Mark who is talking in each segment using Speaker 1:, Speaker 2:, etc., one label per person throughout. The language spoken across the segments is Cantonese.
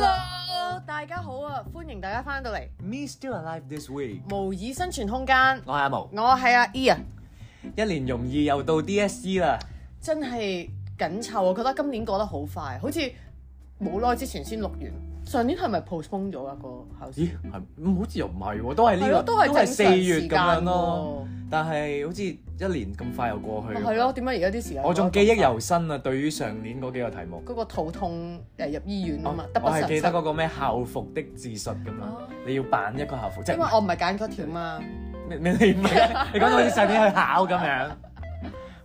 Speaker 1: 啦，啊歡迎大家翻到嚟
Speaker 2: Me Still Alive This Week，
Speaker 1: 模擬生存空間。
Speaker 2: 我係阿毛，
Speaker 1: 我係阿 E 啊，
Speaker 2: 一年容易又到 DSE 啦，
Speaker 1: 真係緊湊啊！我覺得今年過得好快，好似冇耐之前先錄完。上年係咪 postpone 咗一個考
Speaker 2: 咦
Speaker 1: 試？
Speaker 2: 係嗯好似又唔係喎，都係呢
Speaker 1: 係咯，
Speaker 2: 個
Speaker 1: 都係
Speaker 2: 都
Speaker 1: 正常
Speaker 2: 係四月
Speaker 1: 時
Speaker 2: 咁
Speaker 1: 間
Speaker 2: 樣咯，
Speaker 1: 喎。
Speaker 2: 但係好似一年咁快又過去，
Speaker 1: 咪哦係咯，，點解而家啲時間？
Speaker 2: 我仲記憶猶新啊，對於上年嗰幾個題目，
Speaker 1: 嗰個肚痛誒入醫院啊
Speaker 2: 我
Speaker 1: 嘛，得不
Speaker 2: 哦我係
Speaker 1: 償
Speaker 2: 記得嗰
Speaker 1: 失。
Speaker 2: 個咩校服的自述咁
Speaker 1: 哦
Speaker 2: 樣，你要扮一個校服，即
Speaker 1: 因為
Speaker 2: 係
Speaker 1: 我唔係揀嗰條
Speaker 2: 啊
Speaker 1: 嘛，
Speaker 2: 咩咩你唔係你講到好似細啲去考咁樣，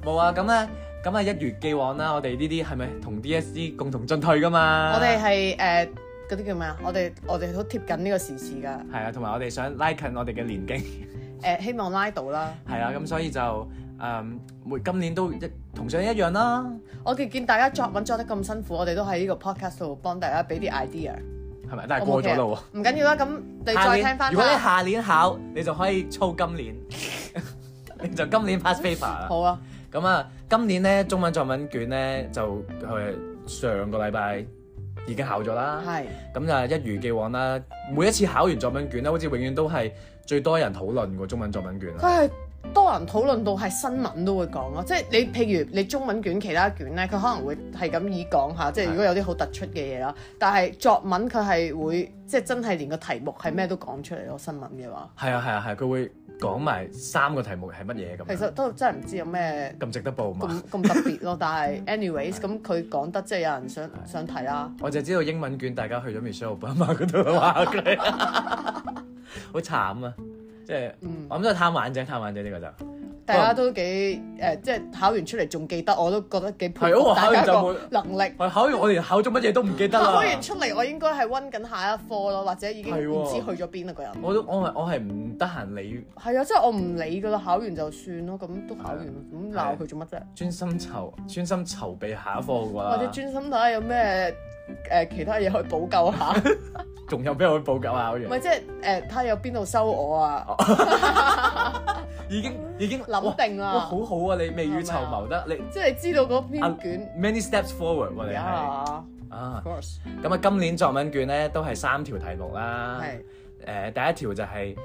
Speaker 2: 冇啊咁咧。咁啊，一如既往啦，我哋呢啲係咪同 DSE 共同進退噶嘛？
Speaker 1: 我哋係誒嗰啲叫咩啊？我哋我哋好貼緊呢個時事㗎。
Speaker 2: 係啊，同埋我哋想拉近我哋嘅年紀，
Speaker 1: 誒希望拉到啦。
Speaker 2: 係啦，咁所以就誒、每今年都一同上一樣啦，
Speaker 1: 我哋見大家作文作得咁辛苦，我哋都喺呢個 podcast 度幫大家俾啲 idea。
Speaker 2: 係咪？但係嗯過咗啦喎。
Speaker 1: 唔緊要啦，咁你
Speaker 2: 下
Speaker 1: 再
Speaker 2: 年
Speaker 1: 聽翻
Speaker 2: 如果你
Speaker 1: 啦。
Speaker 2: 下年考，你就可以操今年， 你就今年 pass paper 啦。
Speaker 1: 好啊，
Speaker 2: 咁啊，今年咧中文作文卷咧就誒上個禮拜已經考咗啦。
Speaker 1: 係
Speaker 2: 咁就一如既往啦，每一次考完作文卷咧，好似永遠都係最多人討論個中文作文卷啦。
Speaker 1: 佢係多人討論到係新聞都會講啊咯，即係你譬如你中文卷其他卷咧，佢可能會係咁意講下，即係
Speaker 2: 係
Speaker 1: 如果有啲好突出嘅嘢啦。但係作文佢係會即係真係連個題目係咩都講出嚟咯，新聞嘅話，
Speaker 2: 係啊係啊係，佢會講埋三個題目係乜嘢咁
Speaker 1: 其
Speaker 2: 樣，
Speaker 1: 實都真係唔知有咩
Speaker 2: 咁值得報嘛？
Speaker 1: 咁咁特別咯。但係 anyways，咁佢講得即係有人想想睇啦。
Speaker 2: 我就知道英文卷大家去咗 Michelle Obama 嗰度話佢， 好慘啊！即係、
Speaker 1: 嗯
Speaker 2: 我諗都係貪玩啫，貪玩啫呢個就
Speaker 1: 大家都幾誒、即係考完出嚟仲記得，我都覺得幾佩
Speaker 2: 係
Speaker 1: 服
Speaker 2: 我
Speaker 1: 大
Speaker 2: 考
Speaker 1: 家
Speaker 2: 完就
Speaker 1: 個
Speaker 2: 冇
Speaker 1: 能力。
Speaker 2: 我考完我連考咗乜嘢都唔記得
Speaker 1: 考
Speaker 2: 啦。
Speaker 1: 完出嚟， 我應該係温緊下一科咯，或者已經
Speaker 2: 係喎
Speaker 1: 唔知去咗邊啦個人。
Speaker 2: 我都我係我係唔得閒理，
Speaker 1: 係啊，即係我唔理噶啦，考完就算咯，咁都考完啦，咁鬧佢做乜啫？
Speaker 2: 專心籌專心籌備下一科嘅
Speaker 1: 或者
Speaker 2: 話，
Speaker 1: 專心睇下有咩誒、其他嘢去補救 下，
Speaker 2: 仲有咩可以補救啊？考
Speaker 1: 唔係
Speaker 2: 完
Speaker 1: 即係誒睇下有邊度收我啊，
Speaker 2: 哦已經已經
Speaker 1: 諗
Speaker 2: 哇
Speaker 1: 定
Speaker 2: 哇
Speaker 1: 啦，
Speaker 2: 好好啊！你未雨綢繆得你
Speaker 1: 即係知道嗰篇
Speaker 2: 啊
Speaker 1: 卷
Speaker 2: many steps forward 喎你係
Speaker 1: 呀
Speaker 2: 啊
Speaker 1: ，of course
Speaker 2: 咁啊！今年作文卷咧都係三條題目啦。
Speaker 1: 係
Speaker 2: 誒、第一條就係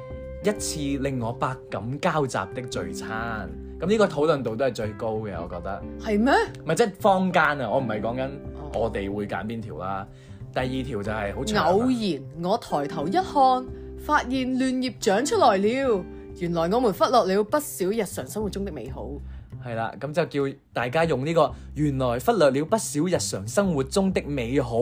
Speaker 2: 一次令我百感交集的聚餐，咁呢個討論度都係最高嘅，我覺得。
Speaker 1: 係咩？
Speaker 2: 咪即係坊間啊，我唔係講緊
Speaker 1: 哦
Speaker 2: 我哋會揀邊條啦。第二條就係好長啊
Speaker 1: 偶然我抬頭一看，發現亂葉長出來了，原來我們忽略了不少日常生活中的美好。
Speaker 2: 係啦，咁就叫大家用呢、個原來忽略了不少日常生活中的美好。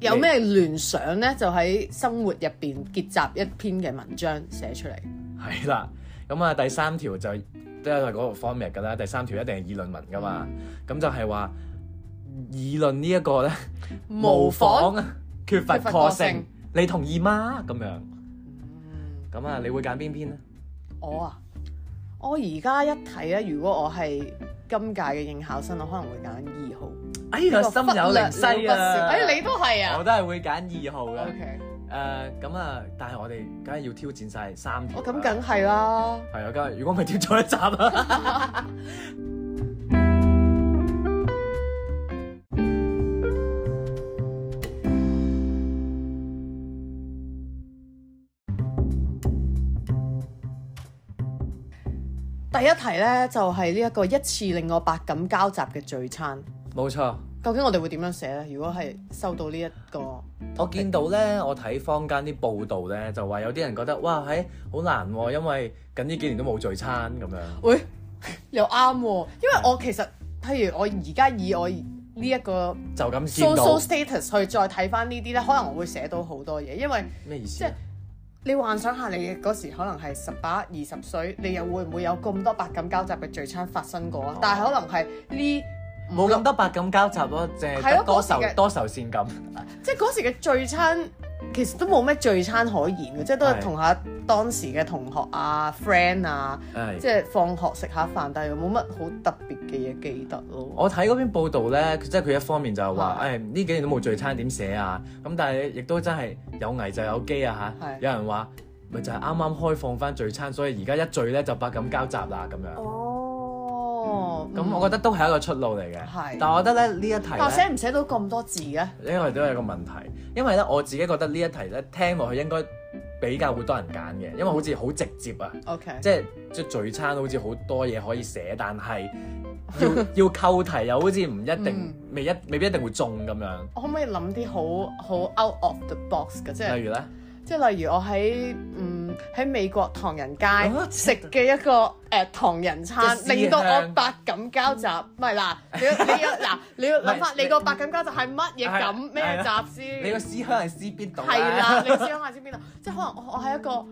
Speaker 1: 有咩聯想呢？就喺生活入邊結集一篇嘅文章寫出嚟。
Speaker 2: 係啦，咁啊第三條就都係嗰個 format 㗎啦。第三條一定係議論文㗎嘛，咁就係話議論呢一個咧。模仿啊 缺乏
Speaker 1: 缺乏個
Speaker 2: 個
Speaker 1: 性
Speaker 2: 性，你同意嗎？咁樣，咁啊，你會揀邊篇咧？
Speaker 1: 我啊，我而家一睇咧，如果我係今屆嘅應考生，我可能會揀二號。
Speaker 2: 哎呀，
Speaker 1: 呢個
Speaker 2: 心
Speaker 1: 忽略
Speaker 2: 有靈犀
Speaker 1: 了不少
Speaker 2: 啊！
Speaker 1: 哎，你都係
Speaker 2: 我
Speaker 1: 啊
Speaker 2: 都係會揀二號嘅。
Speaker 1: ？OK，
Speaker 2: 誒，咁啊，但係我哋梗係要挑戰晒三條
Speaker 1: 我
Speaker 2: 啦。
Speaker 1: 咁梗係啦。
Speaker 2: 係啊，梗係如果唔係跳咗一集 啊！
Speaker 1: 第一題呢，就係呢一個一次令我百感交集嘅聚餐。
Speaker 2: 冇錯，
Speaker 1: 究竟我哋會點樣寫呢？如果係收到呢、一個，
Speaker 2: 我見到咧，我睇坊間啲報道咧，就話有啲人覺得哇，喺好難喎，因為近呢幾年都冇聚餐咁樣。
Speaker 1: 喂， 又啱喎，因為我其實譬如我而家以我呢一個
Speaker 2: 就咁見
Speaker 1: social
Speaker 2: 到
Speaker 1: status 去再睇翻呢啲咧，可能我會寫到好多嘢，因為
Speaker 2: 咩意思
Speaker 1: 即係
Speaker 2: 啊？
Speaker 1: 你幻想下你嗰時可能係十八、二十歲，你又會唔會有咁多百感交集嘅聚餐發生過啊？但係可能係呢
Speaker 2: 哦冇咁多百感交集咯，淨
Speaker 1: 係
Speaker 2: 係
Speaker 1: 咯
Speaker 2: 得
Speaker 1: 嗰
Speaker 2: 多
Speaker 1: 時
Speaker 2: 愁
Speaker 1: 嘅
Speaker 2: 多愁善感。
Speaker 1: 即係嗰時嘅聚餐，其實都冇咩聚餐可言嘅，即係都係
Speaker 2: 係
Speaker 1: 同下當時嘅同學啊、friend 啊，
Speaker 2: 係
Speaker 1: 即。係放學食下飯，但係又冇乜好特別嘅嘢記得咯。
Speaker 2: 我睇嗰篇報道咧，佢即係佢一方面就係話，
Speaker 1: 嚇
Speaker 2: 誒呢幾年都冇聚餐點寫啊，咁但係亦都真係有危就有機啊嚇
Speaker 1: 係。
Speaker 2: 有人話咪就係啱啱開放翻聚餐，所以而家一聚咧就百感交集啦咁樣。
Speaker 1: 哦，哦，
Speaker 2: 咁我覺得都係一個出路嚟嘅。
Speaker 1: 係
Speaker 2: 但係我覺得咧呢一題
Speaker 1: 但我
Speaker 2: 咧
Speaker 1: 寫唔寫到咁多字嘅？
Speaker 2: 呢個都係一個問題，因為咧我自己覺得呢一題咧聽落去應該比較會多人揀嘅，因為好似好直接啊，
Speaker 1: OK，
Speaker 2: 即係即係聚餐好似好多嘢可以寫，但係要 要扣題又好似唔一定
Speaker 1: 嗯，
Speaker 2: 未一未必一定會中咁樣。
Speaker 1: 我可唔可以諗啲好好 out of the box 嘅？即係
Speaker 2: 例如咧，
Speaker 1: 即係例如我喺嗯喺美國唐人街
Speaker 2: 啊
Speaker 1: 食嘅一個誒、呃唐人餐
Speaker 2: 嘅，思
Speaker 1: 令到我
Speaker 2: 鄉
Speaker 1: 百感交集。唔係嗱，你要你要嗱，你要諗
Speaker 2: 唔係
Speaker 1: 翻
Speaker 2: 你
Speaker 1: 你個百感交集係乜嘢感
Speaker 2: 係
Speaker 1: 咩
Speaker 2: 係
Speaker 1: 集
Speaker 2: 你個
Speaker 1: 先？
Speaker 2: 思鄉係思邊度啊
Speaker 1: 係啦， 你先諗下先邊度？即係可能我我喺一個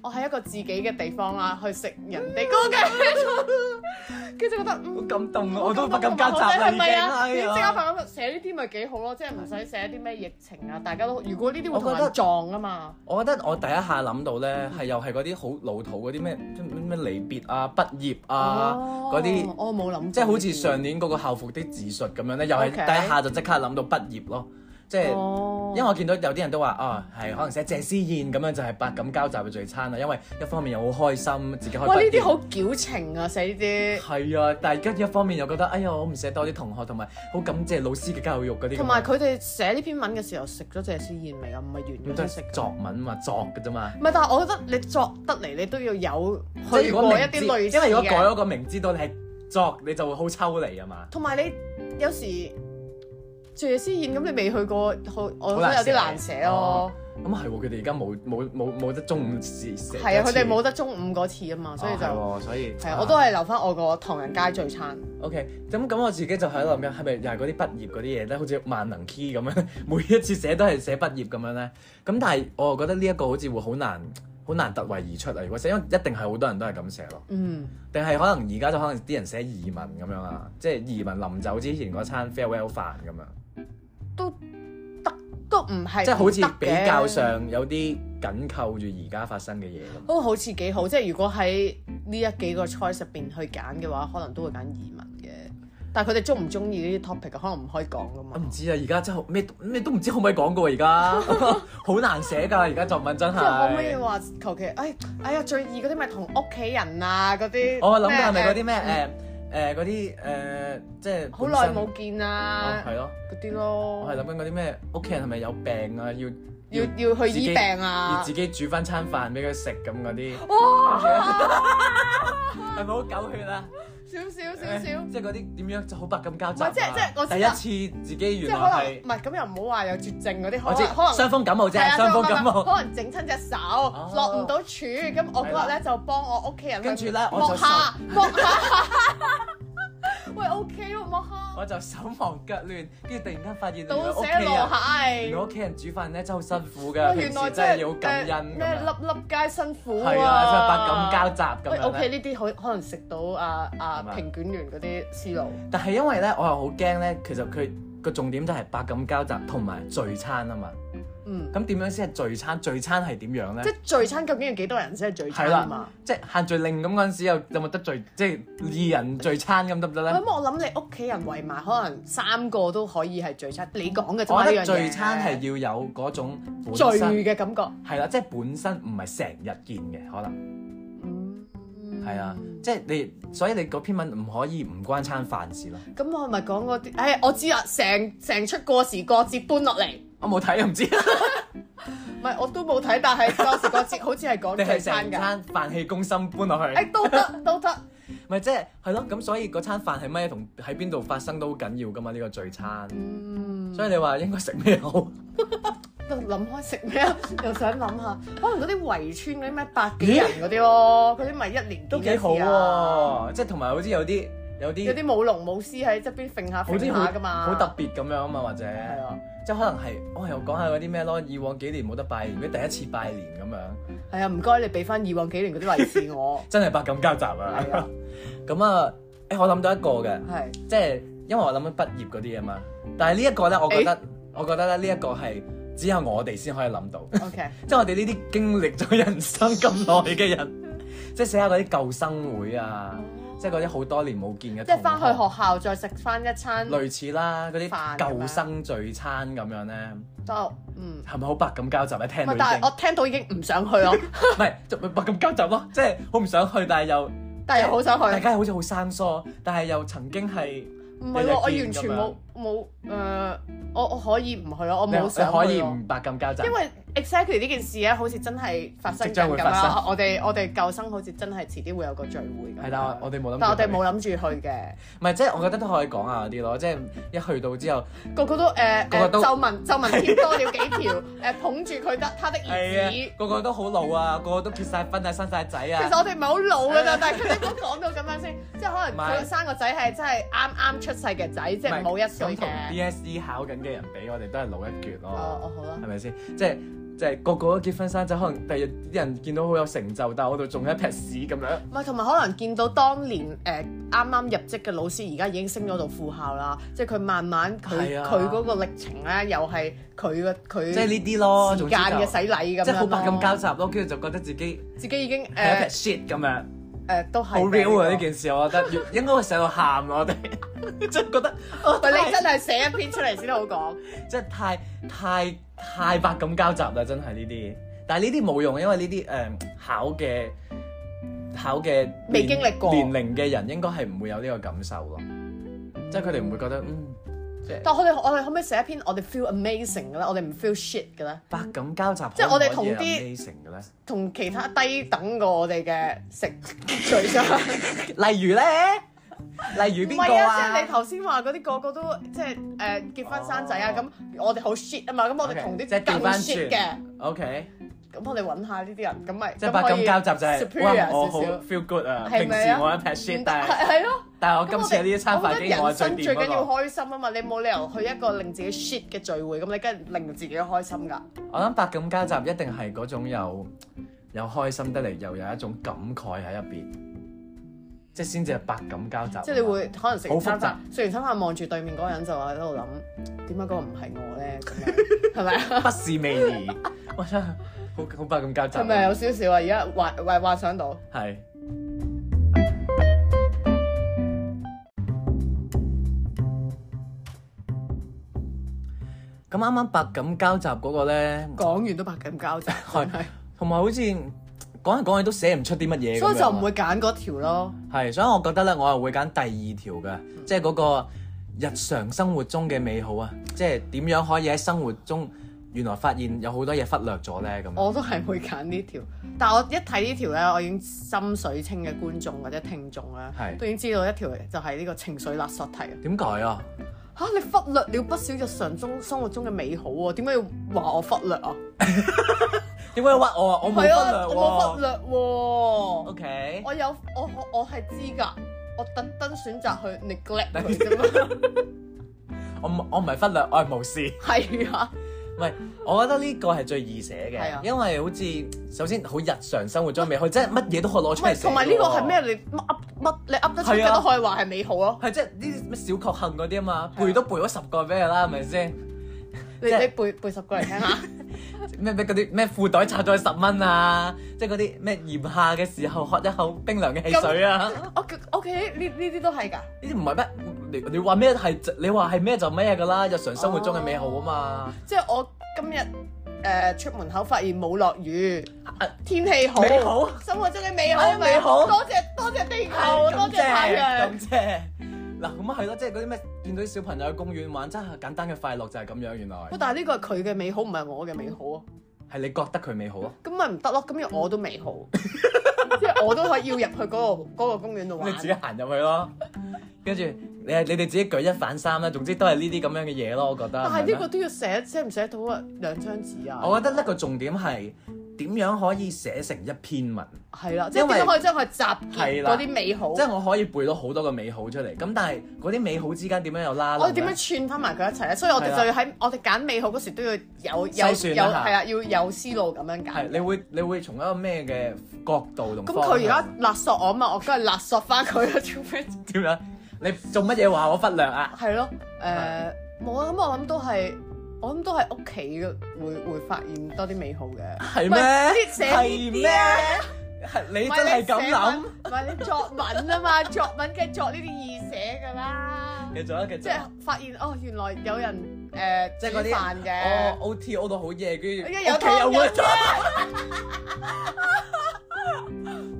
Speaker 1: 我喺一個自己嘅地方啦，去食人哋嗰嘅，跟住覺得
Speaker 2: 好
Speaker 1: 嗯。
Speaker 2: 感動啊！
Speaker 1: 我
Speaker 2: 我都不敢交集啦，已
Speaker 1: 係
Speaker 2: 經
Speaker 1: 咪啊？你
Speaker 2: 哎
Speaker 1: 即
Speaker 2: 呀
Speaker 1: 刻發覺寫呢啲咪幾好咯，即係唔使寫啲咩疫情啊，大家都如果呢啲會
Speaker 2: 我
Speaker 1: 同
Speaker 2: 覺得
Speaker 1: 人撞啊嘛。
Speaker 2: 我覺得我第一下諗到
Speaker 1: 嗯
Speaker 2: 咧，係又係嗰啲好老土嗰啲咩咩咩離別啊、畢業啊
Speaker 1: 哦
Speaker 2: 嗰啲，
Speaker 1: 我冇諗過呢啲，
Speaker 2: 即係好似上年嗰個校服的自述咁樣咧，又係
Speaker 1: OK
Speaker 2: 第一下就即刻諗到畢業咯，即係。
Speaker 1: 哦，
Speaker 2: 因為我見到有啲人都話啊，係可能寫謝師宴咁樣就係百感交集嘅聚餐啊啦，因為一方面又好開心自己可以
Speaker 1: 哇呢
Speaker 2: 畢業
Speaker 1: 啲好矯情啊，寫呢啲，
Speaker 2: 係啊，但係跟住一方面又覺得哎呀，我唔寫多啲同學同埋好感謝老師嘅教育嗰啲咁樣，
Speaker 1: 同埋佢哋寫呢篇文嘅時候食咗謝師宴未啊？唔係完咗先
Speaker 2: 都係
Speaker 1: 食㗎
Speaker 2: 作文嘛，作嘅啫嘛。
Speaker 1: 唔係，但係我覺得你作得嚟，你都要有
Speaker 2: 即係
Speaker 1: 去
Speaker 2: 如果
Speaker 1: 過一
Speaker 2: 明
Speaker 1: 啲
Speaker 2: 知，
Speaker 1: 類似
Speaker 2: 因為如果改
Speaker 1: 嘅，
Speaker 2: 咗個明知道你係作，你就會好抽離啊嘛。
Speaker 1: 同埋你有時謝師宴咁，你未去過，好我覺
Speaker 2: 好
Speaker 1: 得有
Speaker 2: 難寫
Speaker 1: 啲
Speaker 2: 哦
Speaker 1: 難寫咯。
Speaker 2: 咁係喎，佢哋而家冇冇冇冇得中午時食一次。
Speaker 1: 係啊，佢哋冇得中午嗰次啊嘛，所以就
Speaker 2: 哦係喎所以
Speaker 1: 係啊，我都係留翻我個唐人街聚餐。
Speaker 2: OK，咁咁我自己就喺度諗緊，係咪又係嗰啲畢業嗰啲嘢咧？好似萬能 key 咁樣， 每一次寫都係寫畢業咁樣咧。咁但係我又覺得呢一個好似會好難，好難突圍而出啊！如果寫，因為一定係好多人都係咁寫咯。
Speaker 1: 嗯，
Speaker 2: 定係可能而家就可能啲人寫移民咁樣啊，即係移民臨走之前嗰餐 farewell 飯咁樣，
Speaker 1: 都得，都唔係
Speaker 2: 即係好似
Speaker 1: 唔得
Speaker 2: 比
Speaker 1: 嘅
Speaker 2: 較上有啲緊扣住而家發生嘅嘢咁。
Speaker 1: 都好似幾好，即係如果喺呢一幾個 choice 入邊去揀嘅話，可能都會揀移民嘅。但係佢哋中唔中意呢啲 topic 啊可能唔可以講噶
Speaker 2: 我
Speaker 1: 嘛
Speaker 2: 唔。知啊，而家真係咩咩都唔知可唔可以講過而家， 好難寫㗎，而家作文真
Speaker 1: 即係可唔可以
Speaker 2: 係。
Speaker 1: 話求其？哎哎呀，最易嗰啲咪同屋企人啊嗰啲。
Speaker 2: 我諗緊係咪
Speaker 1: 咩嗯
Speaker 2: 嗰啲咩誒誒嗰啲誒即係
Speaker 1: 好
Speaker 2: 本
Speaker 1: 耐
Speaker 2: 身
Speaker 1: 冇見
Speaker 2: 哦
Speaker 1: 啊
Speaker 2: 係咯，
Speaker 1: 嗰啲
Speaker 2: 我係
Speaker 1: 咯，
Speaker 2: 諗緊嗰啲咩屋企人係咪有病啊？要
Speaker 1: 要要去
Speaker 2: 自己
Speaker 1: 醫病
Speaker 2: 要
Speaker 1: 啊
Speaker 2: 自。己煮翻餐飯俾佢食咁嗰啲，係咪好狗血啊？
Speaker 1: 少少少少。
Speaker 2: 誒即係嗰啲點樣就好百感交集啊。
Speaker 1: 唔係即係即係我知道
Speaker 2: 第一次自己
Speaker 1: 即
Speaker 2: 原
Speaker 1: 係可能
Speaker 2: 來係
Speaker 1: 唔係咁又唔好話有絕症嗰啲，
Speaker 2: 我
Speaker 1: 可
Speaker 2: 知
Speaker 1: 能可能
Speaker 2: 傷風感冒啫
Speaker 1: 係，啊
Speaker 2: 傷
Speaker 1: 所以我
Speaker 2: 風感
Speaker 1: 咪
Speaker 2: 冒。哦
Speaker 1: 可能整親隻手落唔到柱，咁我嗰日咧就幫我屋企人
Speaker 2: 跟住咧我就
Speaker 1: 剝蝦剝蝦， 喂 OK 喎剝蝦，
Speaker 2: 我就手忙腳亂，跟住突然間發現原來
Speaker 1: 倒
Speaker 2: 屋企啊
Speaker 1: 寫
Speaker 2: 人，
Speaker 1: 落蟹
Speaker 2: 原來，屋企人煮飯咧真係好辛苦
Speaker 1: 哇
Speaker 2: 㗎，啊平
Speaker 1: 原來
Speaker 2: 時
Speaker 1: 真
Speaker 2: 真
Speaker 1: 係
Speaker 2: 係要感恩
Speaker 1: 誒
Speaker 2: 咁
Speaker 1: 咩
Speaker 2: 樣。
Speaker 1: 粒粒皆辛苦啊
Speaker 2: 係啊，真係百感交集
Speaker 1: 喂
Speaker 2: 咁樣
Speaker 1: OK
Speaker 2: 咧。
Speaker 1: 呢啲可可能食到啊
Speaker 2: 係
Speaker 1: 啊
Speaker 2: 咪
Speaker 1: 評卷員嗰啲思路，
Speaker 2: 但係因為咧，我又好驚咧，其實佢個重點就係百感交集同埋聚餐啊嘛。
Speaker 1: 嗯，
Speaker 2: 咁點樣先係聚餐？聚餐係點樣
Speaker 1: 即
Speaker 2: 咧？
Speaker 1: 係聚餐究竟要幾多人先係聚
Speaker 2: 嗯係
Speaker 1: 餐啊嘛
Speaker 2: 啦？，即係限聚令咁嗰陣時，有有冇得聚？即係二人聚餐咁得唔得
Speaker 1: 咁
Speaker 2: 咧？
Speaker 1: 我諗你屋企人圍埋，可能三個都可以係聚餐。你講嘅啫
Speaker 2: 我
Speaker 1: 嘛，
Speaker 2: 覺
Speaker 1: 呢
Speaker 2: 得
Speaker 1: 樣嘢
Speaker 2: 聚餐係要有嗰種本
Speaker 1: 聚
Speaker 2: 身
Speaker 1: 嘅感覺。
Speaker 2: 係啦，即係本身唔係成日見嘅，可能
Speaker 1: 嗯，
Speaker 2: 係啊，即係你所以你嗰篇文唔可以唔關餐飯事咯。
Speaker 1: 咁我係咪講嗰啲？哎唉，我知啦，成成出過時過節搬落嚟，
Speaker 2: 我冇睇，我唔 知。
Speaker 1: 唔係我都冇睇，但係過時過節好似係講
Speaker 2: 你係
Speaker 1: 聚
Speaker 2: 成
Speaker 1: 餐㗎。
Speaker 2: 餐飯氣攻心搬落去。
Speaker 1: 誒都得都得，
Speaker 2: 咪即係係咯，咁所以嗰餐飯係乜嘢同喺邊度發生都好緊要噶嘛，呢、個聚餐。
Speaker 1: 嗯，
Speaker 2: 所以你話應該食咩好？
Speaker 1: 都諗開食咩啊？ 又想諗下，可能嗰啲圍村嗰啲咩百幾人嗰啲咯，嗰啲咪一年見
Speaker 2: 都
Speaker 1: 一
Speaker 2: 幾好
Speaker 1: 次啊！
Speaker 2: 喎、即係同埋好似有啲有
Speaker 1: 有
Speaker 2: 啲
Speaker 1: 啲舞龍舞獅喺側邊揈下
Speaker 2: 好
Speaker 1: 揈
Speaker 2: 啲
Speaker 1: 下
Speaker 2: 好
Speaker 1: 㗎嘛，
Speaker 2: 好特別咁樣啊嘛，或者
Speaker 1: 係啊。
Speaker 2: 即係可能係我又講下嗰啲咩咯，以往幾年冇得拜年，咩第一次拜年咁樣，
Speaker 1: 係啊，唔該，你俾翻以往幾年嗰啲例子我。
Speaker 2: 真係百感交集啊
Speaker 1: 係啊！
Speaker 2: 咁啊，誒、我諗到一個嘅，
Speaker 1: 係，
Speaker 2: 即係因為我諗緊畢業嗰啲啊嘛，但係呢一個咧，我覺得、我覺得咧呢一個係只有我哋先可以諗到。
Speaker 1: OK，
Speaker 2: 即係我哋呢啲經歷咗人生咁耐嘅人， 即係寫下嗰啲舊生會啊，即係嗰啲好多年冇見嘅同
Speaker 1: 即
Speaker 2: 學，
Speaker 1: 係翻去學校再食翻一餐，
Speaker 2: 類似啦，嗰啲
Speaker 1: 飯咁樣
Speaker 2: 舊生聚餐咁樣咧，
Speaker 1: 就嗯。
Speaker 2: 係咪好百感交集咧？聽到
Speaker 1: 喂
Speaker 2: 已
Speaker 1: 但係
Speaker 2: 經
Speaker 1: 我聽到已經唔想去咯，
Speaker 2: 唔係就咪百感交集咯，即係好唔想去，但係又
Speaker 1: 但係又好想
Speaker 2: 大
Speaker 1: 去。
Speaker 2: 家好似好生疏，但係又曾經係
Speaker 1: 唔係喎，我完
Speaker 2: 你又見
Speaker 1: 全
Speaker 2: 咁
Speaker 1: 冇
Speaker 2: 樣
Speaker 1: 冇誒，我我可以唔去咯，我
Speaker 2: 你
Speaker 1: 冇想
Speaker 2: 你
Speaker 1: 去咯
Speaker 2: 可以唔百感交集
Speaker 1: 因。為 exactly 呢件事咧，好似真係發生
Speaker 2: 即
Speaker 1: 緊
Speaker 2: 將會
Speaker 1: 咁
Speaker 2: 發生
Speaker 1: 啦。我哋我哋舊生好似真係遲啲會有個聚會咁樣。
Speaker 2: 係啦，我哋冇諗。
Speaker 1: 但我哋冇諗住去嘅，
Speaker 2: 唔係，即係我覺得都可以講下嗰啲咯，即係一去到之後，
Speaker 1: 個個都誒誒
Speaker 2: 個個
Speaker 1: 皺
Speaker 2: 都啊
Speaker 1: 紋皺紋貼多了幾條， 誒捧住佢得他的
Speaker 2: 係
Speaker 1: 兒
Speaker 2: 啊
Speaker 1: 子。，
Speaker 2: 個個都好老啊，個個都結晒婚啊，生晒仔
Speaker 1: 其
Speaker 2: 啊
Speaker 1: 實，我哋唔係好老㗎咋，但係你唔好講到咁樣先，即係可能
Speaker 2: 唔
Speaker 1: 佢
Speaker 2: 係
Speaker 1: 生個仔係真係啱啱出世嘅仔，即係
Speaker 2: 唔係
Speaker 1: 冇一歲
Speaker 2: 咁同
Speaker 1: 嘅。
Speaker 2: DSE 考緊嘅人比，我哋都係老一橛
Speaker 1: 哦
Speaker 2: 咯，
Speaker 1: 哦好啦，
Speaker 2: 係咪先？即係即係個個都結婚生仔，可能第日啲人見到好有成就，但係我度仲係一撇屎咁樣。
Speaker 1: 唔係同埋可能見到當年誒啱啱入職嘅老師，而家已經升咗到副校啦，即係佢慢慢佢
Speaker 2: 係啊
Speaker 1: 佢嗰個歷程咧，又係佢嘅佢
Speaker 2: 即係呢啲咯，
Speaker 1: 時
Speaker 2: 總之
Speaker 1: 間
Speaker 2: 就
Speaker 1: 嘅洗禮咁樣
Speaker 2: 即係好百
Speaker 1: 咯
Speaker 2: 感交集咯，跟住就覺得自己
Speaker 1: 自己已經
Speaker 2: 係一
Speaker 1: 誒
Speaker 2: 撇 shit 咁樣，
Speaker 1: 誒都係
Speaker 2: 好
Speaker 1: 嘅
Speaker 2: real 啊
Speaker 1: 呢個
Speaker 2: 呢件事，我覺得要應該會寫到喊啊咯，我哋 即係覺得哦
Speaker 1: 喂，你真係寫一篇出嚟先好講。
Speaker 2: 即係太太太百感交集啦，真係呢啲。但係呢啲冇用，因為呢啲誒考嘅考嘅
Speaker 1: 未
Speaker 2: 年
Speaker 1: 經歷過
Speaker 2: 年齡嘅人，應該係唔會有呢個感受咯。即係佢哋唔會覺得嗯，即係
Speaker 1: 但我哋我哋可唔可以寫一篇我哋 feel amazing 嘅咧？我哋唔 feel shit 嘅咧？
Speaker 2: 百感交集可唔可以
Speaker 1: 即係我哋
Speaker 2: amazing 嘅呢。
Speaker 1: 同啲
Speaker 2: 嘅咧，
Speaker 1: 同其他低等過我哋嘅 食聚相。
Speaker 2: 例如咧，例
Speaker 1: 唔
Speaker 2: 如邊個
Speaker 1: 係啊，即係
Speaker 2: 啊
Speaker 1: 你？頭先話嗰啲個個都即係誒結婚生仔啊，
Speaker 2: 哦
Speaker 1: 咁我哋好 shit 啊嘛，咁我哋
Speaker 2: OK，
Speaker 1: 同啲
Speaker 2: 即係調
Speaker 1: 更
Speaker 2: 翻
Speaker 1: shit
Speaker 2: 轉
Speaker 1: 嘅，
Speaker 2: O K，
Speaker 1: 咁我哋揾下呢啲人，咁咪
Speaker 2: 即係百感交集就
Speaker 1: 咁可
Speaker 2: 係
Speaker 1: 以
Speaker 2: 哇，我好
Speaker 1: superior 少少。
Speaker 2: feel good 啊！
Speaker 1: 係
Speaker 2: 平
Speaker 1: 咪啊
Speaker 2: 時我一劈 shit，但係
Speaker 1: 係係咯，
Speaker 2: 但係我
Speaker 1: 咁
Speaker 2: 今
Speaker 1: 我
Speaker 2: 次
Speaker 1: 哋
Speaker 2: 喺呢啲餐
Speaker 1: 我
Speaker 2: 飯
Speaker 1: 覺
Speaker 2: 經
Speaker 1: 得
Speaker 2: 我
Speaker 1: 人
Speaker 2: 係最
Speaker 1: 生最
Speaker 2: 掂
Speaker 1: 緊
Speaker 2: 嗰
Speaker 1: 要
Speaker 2: 個。
Speaker 1: 開心啊嘛！你冇理由去一個令自己 shit 嘅聚會，咁你梗係令自己開心㗎。
Speaker 2: 我諗百感交集一定係嗰種有有開心得嚟，又有一種感慨喺入邊，即係先至係百感交集。
Speaker 1: 即係你會可能食完餐
Speaker 2: 好
Speaker 1: 飯，食完餐飯望住對面嗰個人就喺度諗，點解嗰個唔係我咧？咁樣 係咪啊？
Speaker 2: 不是味兒， 我真係好好百感交集。
Speaker 1: 係咪有少少啊？而家幻幻幻想到，
Speaker 2: 係咁啱啱百感交集嗰個咧，
Speaker 1: 講完都百感 交集，
Speaker 2: 係同埋好似講嚟講去都寫唔出啲乜嘢咁樣啊，
Speaker 1: 所以就唔會揀嗰條咯。
Speaker 2: 係，所以我覺得咧，我係會揀第二條
Speaker 1: 嗯
Speaker 2: 嘅，即係嗰個日常生活中嘅美好啊，即係點樣可以喺生活中原來發現有好多嘢忽略咗咧咁。
Speaker 1: 我都係會揀呢條，但我一睇呢條咧，我已經心水清嘅觀眾或者聽眾啦，
Speaker 2: 係
Speaker 1: 都已經知道一條就係呢個情緒勒索題。
Speaker 2: 點解啊？
Speaker 1: 嚇、你忽略了不少日常中生活中嘅美好喎、點解要話我忽略啊？
Speaker 2: 點解要屈我啊？我冇忽略
Speaker 1: 係啊，我冇忽
Speaker 2: 喎。
Speaker 1: 略喎、
Speaker 2: O K，
Speaker 1: 我有我我我係知㗎，我特登選擇去 neglect 佢啫 嘛。
Speaker 2: 我唔我唔係忽略，我係無視。
Speaker 1: 係啊，
Speaker 2: 唔係，我覺得呢個係最易寫
Speaker 1: 係啊
Speaker 2: 嘅，因為好似首先好日常生活中嘅美好，即係乜嘢都可以攞
Speaker 1: 唔
Speaker 2: 出嚟
Speaker 1: 係
Speaker 2: 寫。
Speaker 1: 同埋呢個係？咩？你乜噏乜你噏得出
Speaker 2: 係
Speaker 1: 嘅
Speaker 2: 啊
Speaker 1: 都可以話係美好咯。
Speaker 2: 係即係呢啲咩小確幸嗰啲啊嘛，
Speaker 1: 係啊
Speaker 2: 背都背咗十個俾你啦，係咪先？
Speaker 1: 你
Speaker 2: 即係
Speaker 1: 你背背十個嚟聽下。
Speaker 2: 咩咩嗰啲咩褲袋插咗十蚊啊，即係嗰啲咩炎夏嘅時候喝一口冰涼嘅汽水啊，呢
Speaker 1: O K O K，呢呢啲都係㗎。
Speaker 2: 啲唔係咩？你你話咩係就你話係咩就咩㗎啦，日常生活中嘅美好啊
Speaker 1: 即係我今日誒、呃出門口發現冇落雨，
Speaker 2: 啊
Speaker 1: 天氣好，
Speaker 2: 美好
Speaker 1: 生活中嘅美好，
Speaker 2: 哎美好
Speaker 1: 多謝多謝地
Speaker 2: 嘛，
Speaker 1: 球，啊多謝太陽
Speaker 2: 咁。啫。嗱咁啊係咯，即係嗰啲咩見到啲小朋友喺公園玩，真係簡單嘅快樂就係咁樣。原來
Speaker 1: 喂但係呢個係佢嘅美好，唔係我嘅美好啊！
Speaker 2: 係你覺得佢美好啊咯，
Speaker 1: 咁咪唔得咯，咁要
Speaker 2: 嗯
Speaker 1: 我都美好， 即係我都可以要入去嗰、個嗰個公園度
Speaker 2: 咁
Speaker 1: 玩
Speaker 2: 你。自己行啊入去咯，跟住你你哋自己舉一反三啦，總之都係呢啲咁樣嘅嘢咯，我覺得。
Speaker 1: 但
Speaker 2: 係
Speaker 1: 係
Speaker 2: 咪啊
Speaker 1: 呢個都要寫，寫唔寫到啊？兩張紙啊，
Speaker 2: 我覺得呢個重點係點樣可以寫成一篇文，
Speaker 1: 係啦，即係
Speaker 2: 因為
Speaker 1: 點樣可以將佢集結
Speaker 2: 係啦
Speaker 1: 嗰啲美好？啊
Speaker 2: 即係我可以背到好多個美好出嚟。咁但係嗰啲美好之間點樣有啊啦？
Speaker 1: 我哋點樣串翻埋佢一齊咧？所以我哋
Speaker 2: 係啦
Speaker 1: 就要喺我哋揀美好嗰時都要有有有
Speaker 2: 篩選一下
Speaker 1: 係啊，要有思路咁樣
Speaker 2: 係
Speaker 1: 揀。
Speaker 2: 你會你會從一個咩嘅角度同
Speaker 1: 咁
Speaker 2: 方向
Speaker 1: 佢而家勒索我啊嘛，我梗係勒索翻佢 啦，做咩？
Speaker 2: 點樣？你做乜嘢話我忽略啊？
Speaker 1: 係咯，誒冇啊！咁我諗都係，我諗都係屋企嘅會會發現多啲美好嘅。
Speaker 2: 係
Speaker 1: 唔
Speaker 2: 咩？
Speaker 1: 係啲寫呢
Speaker 2: 係
Speaker 1: 啲
Speaker 2: 咩
Speaker 1: 啊？
Speaker 2: 係你
Speaker 1: 唔
Speaker 2: 真係
Speaker 1: 你
Speaker 2: 咁
Speaker 1: 寫
Speaker 2: 諗
Speaker 1: 文？唔係你作文啊嘛， 作文梗係作呢啲易寫㗎啦。
Speaker 2: 你做一嘅
Speaker 1: 即
Speaker 2: 即係
Speaker 1: 係發現哦，原來有人誒
Speaker 2: 啊即係
Speaker 1: 煮
Speaker 2: 嗰啲
Speaker 1: 飯嘅。
Speaker 2: 哦 O T O 到好夜，跟住啊
Speaker 1: 因為有
Speaker 2: 屋企有
Speaker 1: 湯飲
Speaker 2: work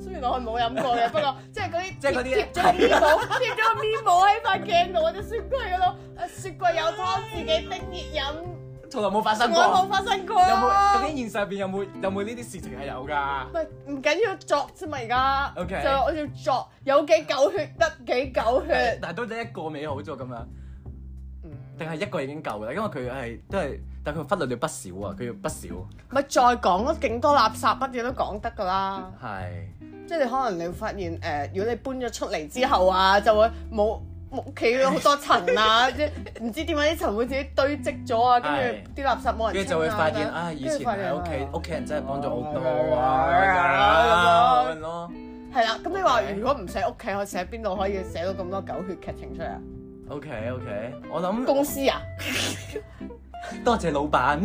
Speaker 1: 雖然來係冇飲過嘅，不 過即係嗰啲
Speaker 2: 即係嗰啲
Speaker 1: 貼咗個咪帽，貼咗個咪帽喺塊鏡度或者雪櫃嗰度，啊雪櫃有湯自己叮熱飲，
Speaker 2: 從來冇發
Speaker 1: 我
Speaker 2: 生過。
Speaker 1: 冇發生過
Speaker 2: 有冇？究
Speaker 1: 啊。
Speaker 2: 竟現實入邊有冇有冇呢啲事情係有㗎？
Speaker 1: 喂，唔緊要作啫嘛，而家
Speaker 2: OK
Speaker 1: 就我要作，有幾狗血得幾狗血。
Speaker 2: 但係都得一個美好咗咁樣，
Speaker 1: 嗯
Speaker 2: 定係一個已經夠㗎啦？因為佢係都係，但係佢忽略咗不少啊，佢要不少
Speaker 1: 咪再講咯，勁多垃圾，乜嘢都講得㗎啦。
Speaker 2: 係。
Speaker 1: 即係你可能你會發現誒、呃如果你搬咗出嚟之後啊，就會冇冇企咗好多塵 啊，即係唔知點解啲塵會自己堆積咗啊，跟住啲垃圾冇人
Speaker 2: 跟住就會發現，啊，以前喺屋企，屋企人真係幫咗好多
Speaker 1: 啊
Speaker 2: 啊，咁樣咯。
Speaker 1: 係啦。咁你話
Speaker 2: Okay
Speaker 1: 如果唔寫屋企，可以寫邊度可以寫到咁多狗血劇情出嚟啊？
Speaker 2: OK OK，我諗
Speaker 1: 公司啊，
Speaker 2: 多謝老闆。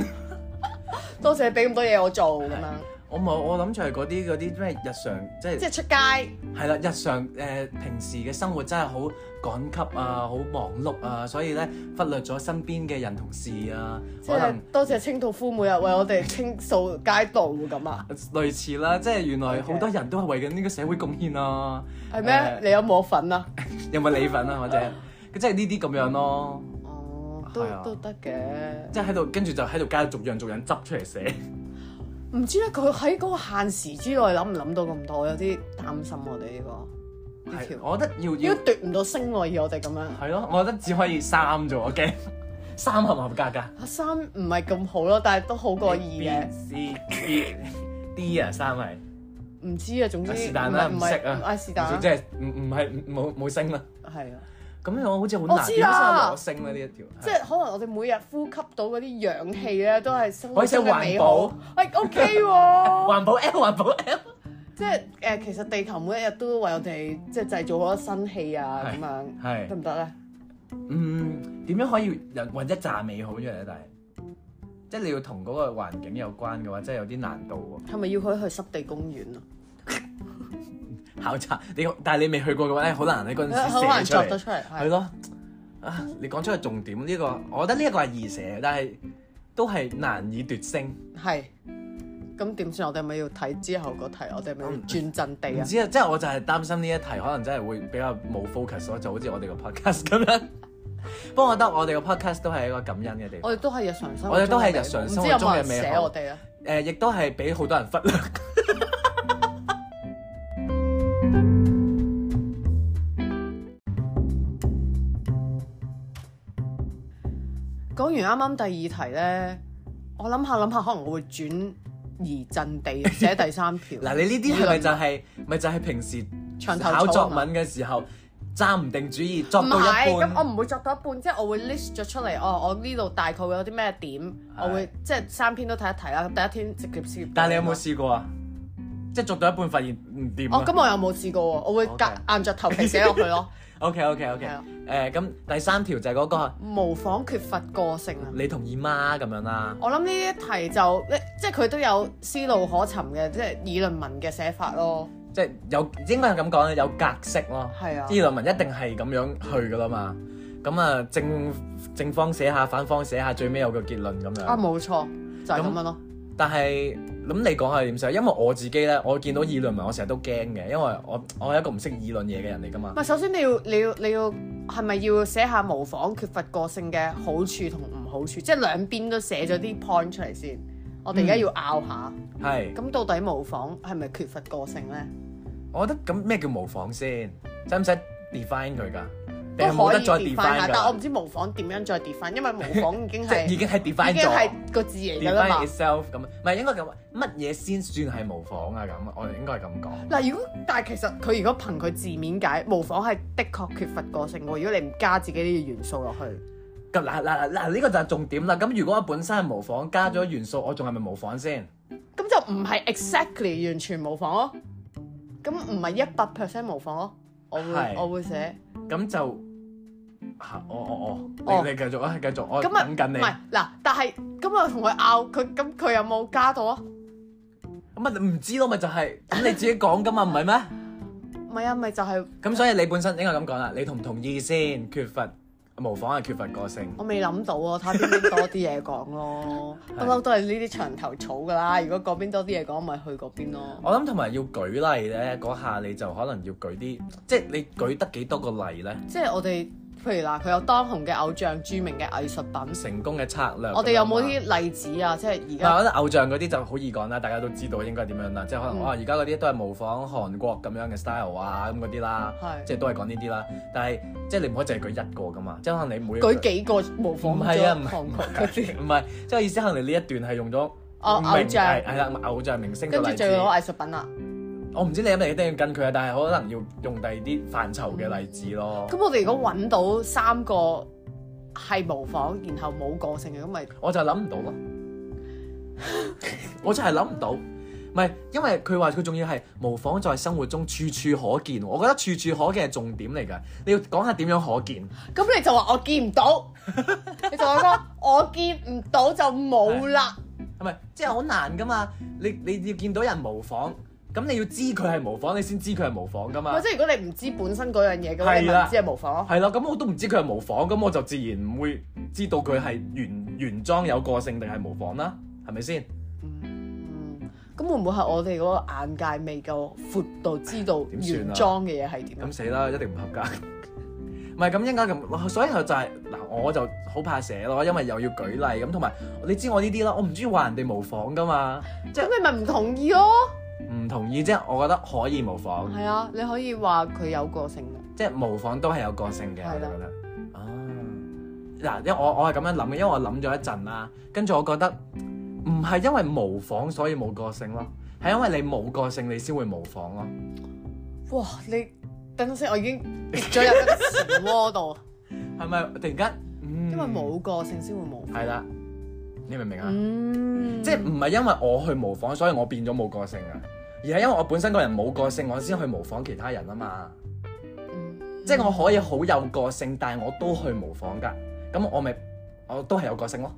Speaker 1: 多謝你俾咁多嘢我做咁樣，
Speaker 2: 我冇，我諗住係嗰啲嗰啲咩日常，即
Speaker 1: 即
Speaker 2: 係
Speaker 1: 係出街
Speaker 2: 係啦，日常誒、呃平時嘅生活真係好趕急啊，好忙碌啊，所以咧忽略咗身邊嘅人同事啊，
Speaker 1: 即
Speaker 2: 可能
Speaker 1: 係多謝清道夫每日為我哋清掃街道咁啊？
Speaker 2: 類似啦，即係原來
Speaker 1: OK
Speaker 2: 好多人都係為緊呢個社會貢獻啊，
Speaker 1: 係
Speaker 2: 誒
Speaker 1: 咩？你有冇我份啊？
Speaker 2: 有冇你份啊？或者即係呢啲咁樣咯，
Speaker 1: 哦，
Speaker 2: 係
Speaker 1: 都
Speaker 2: 啊
Speaker 1: 都得嘅。
Speaker 2: 即係喺度跟住就喺度街度逐樣逐樣執出嚟寫。
Speaker 1: 唔知咧，佢喺嗰個限時之內諗唔諗到咁多，有啲擔心我哋呢、個呢
Speaker 2: 係
Speaker 1: 條。
Speaker 2: 我覺得要
Speaker 1: 如
Speaker 2: 要
Speaker 1: 果奪唔到星喎，以我哋咁樣，
Speaker 2: 係咯，我覺得只可以三啫，我驚 三合唔合格㗎？
Speaker 1: 阿三唔係咁好咯，但係都好過二
Speaker 2: B
Speaker 1: 嘅。
Speaker 2: C D D 啊，三係。
Speaker 1: 唔知啊，總之
Speaker 2: 是但啦，唔識啊，
Speaker 1: 係是但
Speaker 2: 即
Speaker 1: 啦，
Speaker 2: 係唔唔係唔冇冇升啦。
Speaker 1: 係啊，
Speaker 2: 咁我好似好
Speaker 1: 我
Speaker 2: 難
Speaker 1: 知
Speaker 2: 點先
Speaker 1: 啦
Speaker 2: 攞升咧呢一條。
Speaker 1: 即係可能我哋每日呼吸到嗰啲氧氣咧，都係生
Speaker 2: 可
Speaker 1: 活
Speaker 2: 以寫
Speaker 1: 中嘅美好
Speaker 2: 環。
Speaker 1: 係 OK 喎，
Speaker 2: 環保 L，環保 L。
Speaker 1: 即係誒，其實地球每一日都為我哋即係製造好多新氣啊，
Speaker 2: 係
Speaker 1: 咁樣得
Speaker 2: 係，
Speaker 1: 唔得咧？
Speaker 2: 嗯，點樣可以人揾一紮美好出嚟咧？但係即係你要同嗰個環境有關嘅話，真係有啲難度
Speaker 1: 係咪要佢去濕地公園啊？
Speaker 2: 喎。考察你，但係你未去過嘅話咧，好難你嗰陣
Speaker 1: 好難
Speaker 2: 時寫
Speaker 1: 作
Speaker 2: 出
Speaker 1: 得
Speaker 2: 嚟。
Speaker 1: 出嚟，
Speaker 2: 係
Speaker 1: 係
Speaker 2: 咯，啊，你講出個重點呢個，我覺得呢一個係易寫，但係都係難以奪星。
Speaker 1: 係。咁點算？我哋咪要睇之後嗰題，我哋咪要轉陣地
Speaker 2: 唔
Speaker 1: 啊？
Speaker 2: 知啊，即係我就係擔心呢一題可能真係會比較冇 focus 咯，就好似我哋個 podcast 咁樣。不過我覺得我哋個 podcast 都係一個感恩嘅地方，
Speaker 1: 我哋都係日常生活中嘅美好，
Speaker 2: 我哋都係日常生
Speaker 1: 唔知
Speaker 2: 活中嘅
Speaker 1: 有冇人
Speaker 2: 美
Speaker 1: 寫
Speaker 2: 好
Speaker 1: 我哋啊？
Speaker 2: 誒、亦都係俾好多人忽略。
Speaker 1: 講完啱啱第二題咧，我諗下諗下，可能我會轉移陣地寫第三條。
Speaker 2: 嗱，你呢啲係咪就係、咪就係平時
Speaker 1: 牆頭草
Speaker 2: 考作文嘅時候揸唔定主意，作
Speaker 1: 唔
Speaker 2: 到
Speaker 1: 係
Speaker 2: 一
Speaker 1: 咁，我
Speaker 2: 半
Speaker 1: 唔會作到一半，即係我會 list 咗出嚟。哦，我呢度大概會有啲咩點，我會即係三篇都睇一睇啦。咁第一篇直接哦先。
Speaker 2: 但係你有冇試過啊？即係作到一半發現唔掂
Speaker 1: 哦，咁
Speaker 2: 啊
Speaker 1: 我又冇試過喎，我會
Speaker 2: OK
Speaker 1: 夾硬着頭皮寫落去 咯，
Speaker 2: ？OK OK OK，
Speaker 1: 係啊
Speaker 2: 誒咁第三條就係嗰、個
Speaker 1: 模仿缺乏個性啊。
Speaker 2: 你同姨媽咁樣啦，
Speaker 1: 我諗呢一題就即係佢都有思路可尋嘅，即係議論文嘅寫法咯。
Speaker 2: 即係有應該係咁講咧，有格式咯。
Speaker 1: 係啊，
Speaker 2: 啲論文一定係咁樣去噶啦嘛。咁啊，正正方寫下，反方寫下，最尾有個結論咁樣。
Speaker 1: 啊冇錯，就係咁樣咯。
Speaker 2: 但係咁你講下點寫？因為我自己咧，我見到議論文我成日都驚嘅，因為我我係一個唔識議論嘢嘅人嚟噶嘛
Speaker 1: 唔。係首先你要你要你要係咪要寫下模仿缺乏個性嘅好處同唔好處，即係兩邊都寫咗
Speaker 2: 嗯
Speaker 1: 啲 point 出嚟先。我哋而家要拗下，
Speaker 2: 係，
Speaker 1: 咁到底模仿係咪缺乏個性呢？
Speaker 2: 我覺得咁咩叫模仿先？使唔使 define 佢㗎？
Speaker 1: 都
Speaker 2: 定係冇
Speaker 1: 可
Speaker 2: 得
Speaker 1: 以
Speaker 2: 再
Speaker 1: define 下，
Speaker 2: define
Speaker 1: 但我
Speaker 2: 㗎？
Speaker 1: 唔知模仿點樣再 define，因為模仿已經
Speaker 2: 即係已
Speaker 1: 係
Speaker 2: 經係
Speaker 1: 已
Speaker 2: define
Speaker 1: 經
Speaker 2: 咗
Speaker 1: 係個字嚟㗎啦嘛
Speaker 2: ，define。itself 咁。唔係應該咁，乜嘢先算係模仿啊？咁我哋應該係咁講。
Speaker 1: 嗱，如果但係其實佢如果憑佢字面解模仿係的確缺乏個性喎，如果你唔加自己呢啲元素落去，
Speaker 2: 咁嗱嗱嗱嗱，呢個就係重點啦。咁如果我本身係模仿加咗元素，我仲係咪模仿先？
Speaker 1: 咁就唔係 exactly 完全模仿咯，咁唔係一百 percent 模仿咯，我會
Speaker 2: 係
Speaker 1: 我會寫，
Speaker 2: 咁就嚇我我
Speaker 1: 哦
Speaker 2: 我，你你繼續啊，繼續，我
Speaker 1: 咁啊唔
Speaker 2: 等緊你。
Speaker 1: 係嗱，但係咁我同佢拗佢，咁佢有冇加到啊？
Speaker 2: 咁啊，你唔知咯，咪就係咁你自己講噶嘛，唔係咩？
Speaker 1: 唔係啊，咪就係
Speaker 2: 咁所以你本身應該咁講啦，你同唔同意先？缺乏模仿係缺乏個性。
Speaker 1: 我未諗到啊，睇下邊邊多啲嘢講咯，不嬲 都係呢啲牆頭草噶啦。如果嗰邊多啲嘢講，咪去嗰邊咯。
Speaker 2: 我諗同埋要舉例咧，嗰下你就可能要舉啲，即係你舉得幾多個例咧？
Speaker 1: 即係我哋，譬如嗱，佢有當紅嘅偶像、著名嘅藝術品，
Speaker 2: 成功嘅策略。
Speaker 1: 我哋有冇
Speaker 2: 咁樣啊？
Speaker 1: 啲例子啊？即係而
Speaker 2: 嗱，
Speaker 1: 家
Speaker 2: 我覺得偶像嗰啲就好易講啦，大家都知道應該點樣啦，即係可能
Speaker 1: 嗯
Speaker 2: 哇，而家嗰啲都係模仿韓國咁樣嘅 style 啊，咁嗰啲啦，
Speaker 1: 係
Speaker 2: 即係都係講呢啲啦。但係即係你唔可以淨係舉一個噶嘛，即係可能你每一個
Speaker 1: 舉幾個模仿
Speaker 2: 唔
Speaker 1: 咗
Speaker 2: 係啊，唔係
Speaker 1: 韓國嗰啲，
Speaker 2: 唔係，即係意思可能你呢一段係用咗
Speaker 1: 哦偶
Speaker 2: 明
Speaker 1: 像
Speaker 2: 係係啦，偶像明星嘅
Speaker 1: 跟住
Speaker 2: 例
Speaker 1: 就
Speaker 2: 子
Speaker 1: 要。攞藝術品啦。啊
Speaker 2: 我唔知你係咪一定要跟佢啊，但係可能要用第二啲範疇嘅例子咯。
Speaker 1: 咁我哋如果揾到三個係模仿，然後冇個性嘅，咁咪
Speaker 2: 我就諗唔 到咯，我就係諗唔到。唔係，因為佢話佢仲要係模仿在生活中處處可見喎，我覺得處處可見係重點嚟㗎。你要講下點樣可見，
Speaker 1: 咁你就話我見唔 到，你就話咯，我見唔到就冇啦。
Speaker 2: 係咪？即係好難㗎嘛。你你要見到人模仿，咁你要知佢係模仿，你先知佢係模仿㗎嘛
Speaker 1: 或。者如果你唔知本身嗰樣嘢嘅話，你
Speaker 2: 係
Speaker 1: 咪
Speaker 2: 啦
Speaker 1: 唔知係模仿咯。
Speaker 2: 係啦，咁我都唔知佢係模仿，咁我就自然唔會知道佢係原原裝有個性定係模仿啦，係咪先？
Speaker 1: 嗯，咁會唔會係我哋嗰個眼界未夠闊到知道
Speaker 2: 點算啊
Speaker 1: 原裝嘅嘢係點啊
Speaker 2: 咁？死啦，一定唔合格。 唔係咁應該咁，所以就係、嗱，我就好怕寫咯，因為又要舉例咁，同埋你知我呢啲啦，我唔中意話人哋模仿噶嘛，即係
Speaker 1: 咁你咪唔同意咯？
Speaker 2: 唔同意啫。我覺得可以模仿，
Speaker 1: 係啊，你可以話佢有個性嘅。
Speaker 2: 即係模仿都係有個性嘅，我
Speaker 1: 係
Speaker 2: 就
Speaker 1: 啦
Speaker 2: 覺得。啊，嗱，因為我我係咁樣諗嘅，因為我諗咗一陣啦，跟住我覺得唔係因為模仿所以冇個性咯，係因為你冇個性你先會模仿咯。
Speaker 1: 哇！你等陣先，我已經跌咗入一個漩渦度，
Speaker 2: 係咪突然間？嗯
Speaker 1: 因為。冇個性先會模仿。
Speaker 2: 係啦，你明唔明啊？
Speaker 1: 嗯，
Speaker 2: 即係唔係因為我去模仿，所以我變咗冇個性啊？而係因為我本身個人冇個性，我先去模仿其他人啊嘛。
Speaker 1: 嗯
Speaker 2: 即係我可以好有個性，但係我都去模仿㗎。咁我咪我都係有個性咯。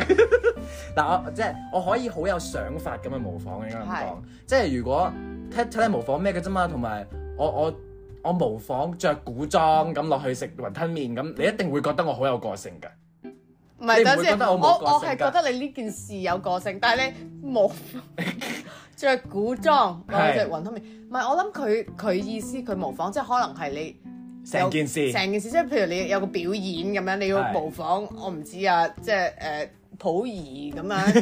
Speaker 2: 嗱，我即係我可以好有想法咁去模仿嘅，應該咁
Speaker 1: 係
Speaker 2: 講。即係如果睇睇你模仿咩嘅啫嘛，同埋我我我模仿着古裝咁落去食雲吞麵咁，你一定會覺得我好有個性㗎。
Speaker 1: 唔
Speaker 2: 你
Speaker 1: 係
Speaker 2: 唔會
Speaker 1: 等陣先，
Speaker 2: 覺得
Speaker 1: 我
Speaker 2: 我冇個性㗎
Speaker 1: 我係覺得你呢件事有個性，但係你 冇着古裝，我
Speaker 2: 係
Speaker 1: 着雲吞麵。唔係，我諗佢佢意思佢模仿，即係可能係你有
Speaker 2: 成件事
Speaker 1: 成件事，即係譬如你有個表演咁樣，你要
Speaker 2: 係
Speaker 1: 模仿，我唔知啊，即係誒、呃溥儀咁樣，即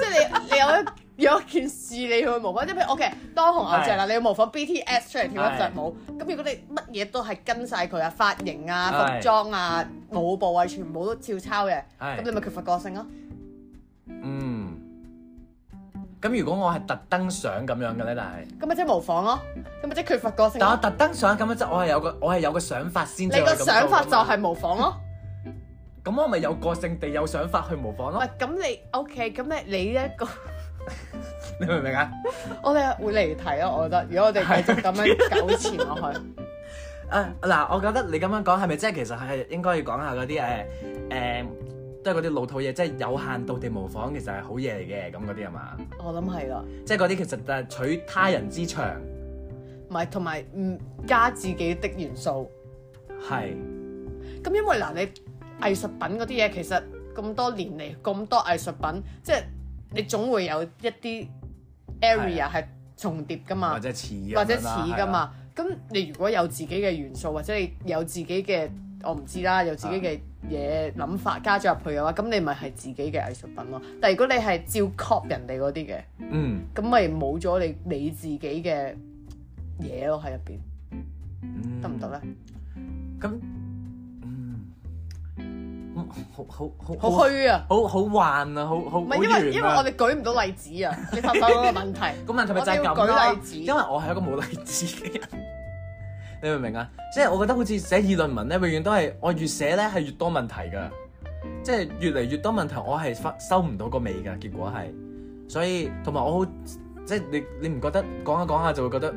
Speaker 1: 係你你有一。有一件事你要去模仿，即係譬如 OK 當紅偶像啦，你要模仿 BTS 出嚟跳一隻舞。咁如果你乜嘢都係跟晒佢啊，髮型啊、
Speaker 2: 係
Speaker 1: 服裝啊、舞步啊，全部都照抄嘅，
Speaker 2: 係
Speaker 1: 咁你咪缺乏個性咯。
Speaker 2: 嗯，咁如果我係特登想咁樣嘅咧，但係，
Speaker 1: 咁咪即係模仿咯，咁咪即係缺乏個性
Speaker 2: 但我
Speaker 1: 咯。
Speaker 2: 特登想咁樣即係我係有個我係有個想法先
Speaker 1: 你
Speaker 2: 至會咁
Speaker 1: 個
Speaker 2: 做㗎嘛。
Speaker 1: 想法就係模仿咯。
Speaker 2: 咁，我咪有個性地有想法去模仿
Speaker 1: 唔
Speaker 2: 咯
Speaker 1: 係。咁你 OK，咁你你呢一個，
Speaker 2: 你明唔明啊？
Speaker 1: 我哋會離題咯。我覺得，如果我哋繼續咁樣糾纏落去，
Speaker 2: 啊嗱，我覺得你咁樣講係咪即係其實係應該要講下嗰啲誒誒，都係嗰啲老土嘢，即係有限度地模仿，其實係好嘢嚟嘅咁嗰啲係嘛？
Speaker 1: 我諗係啦。
Speaker 2: 即係嗰啲其實就係取他人之長，
Speaker 1: 唔係同埋唔加自己的元素。
Speaker 2: 係
Speaker 1: 咁因為嗱，你藝術品嗰啲嘢其實咁多年嚟咁多藝術品，即係你總會有一啲 area 係重疊噶嘛
Speaker 2: 啊或，者似咁樣啦
Speaker 1: 啊或者似噶
Speaker 2: 係啦
Speaker 1: 嘛。咁你如果有自己嘅元素，或者你有自己嘅我唔知啦，有自己
Speaker 2: 啊
Speaker 1: 嘅嘢諗法加咗入去嘅話，咁你咪係自己嘅藝術品咯。但係如果你係照 cop 人哋嗰啲嘅，
Speaker 2: 嗯。
Speaker 1: 咁咪冇咗你你自己嘅嘢咯喺入邊，
Speaker 2: 嗯
Speaker 1: 得唔得咧？
Speaker 2: 咁，嗯，嗯好好好
Speaker 1: 好虛啊！
Speaker 2: 好好幻啊，好好
Speaker 1: 唔
Speaker 2: 好
Speaker 1: 係因為因為
Speaker 2: 圓
Speaker 1: 我
Speaker 2: 啊。
Speaker 1: 哋舉唔到例子啊，你發唔發嗰個問題？
Speaker 2: 咁問題咪就係
Speaker 1: 我哋
Speaker 2: 咁
Speaker 1: 要舉
Speaker 2: 啦
Speaker 1: 例，子
Speaker 2: 因為我係一個冇例子嘅人， 你明唔明啊？即係我覺得好似寫議論文咧，永遠都係我越寫咧係越多問題㗎，即係越嚟越多問題，我係發收唔到個尾㗎，結果係，所以同埋我好即係你你唔覺得講下講下就會覺得，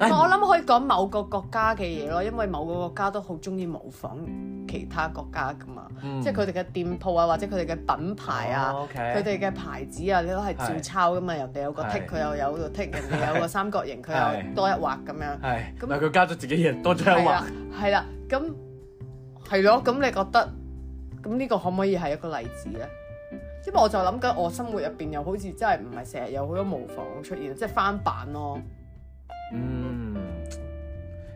Speaker 2: 唉
Speaker 1: 我諗可以講某個國家嘅嘢咯，因為某個國家都好中意模仿其他國家噶嘛，
Speaker 2: 嗯
Speaker 1: 即係佢哋嘅店鋪啊，或者佢哋嘅品牌啊。
Speaker 2: 哦，OK
Speaker 1: 佢哋嘅牌子啊，你都係照抄噶嘛，人哋有個剔，
Speaker 2: 係
Speaker 1: 佢又有個剔，人哋有個三角形，佢又
Speaker 2: 係
Speaker 1: 多一畫咁樣。
Speaker 2: 係，
Speaker 1: 咁
Speaker 2: 咁佢加咗自己嘢多咗一
Speaker 1: 係啊
Speaker 2: 畫
Speaker 1: 啦，，係啦，咁係咯，咁你覺得咁呢個可唔可以係一個例子咧？因為我就諗緊，我生活入邊又好似真係唔係成日有好多模仿出現，即係翻版咯，
Speaker 2: 嗯，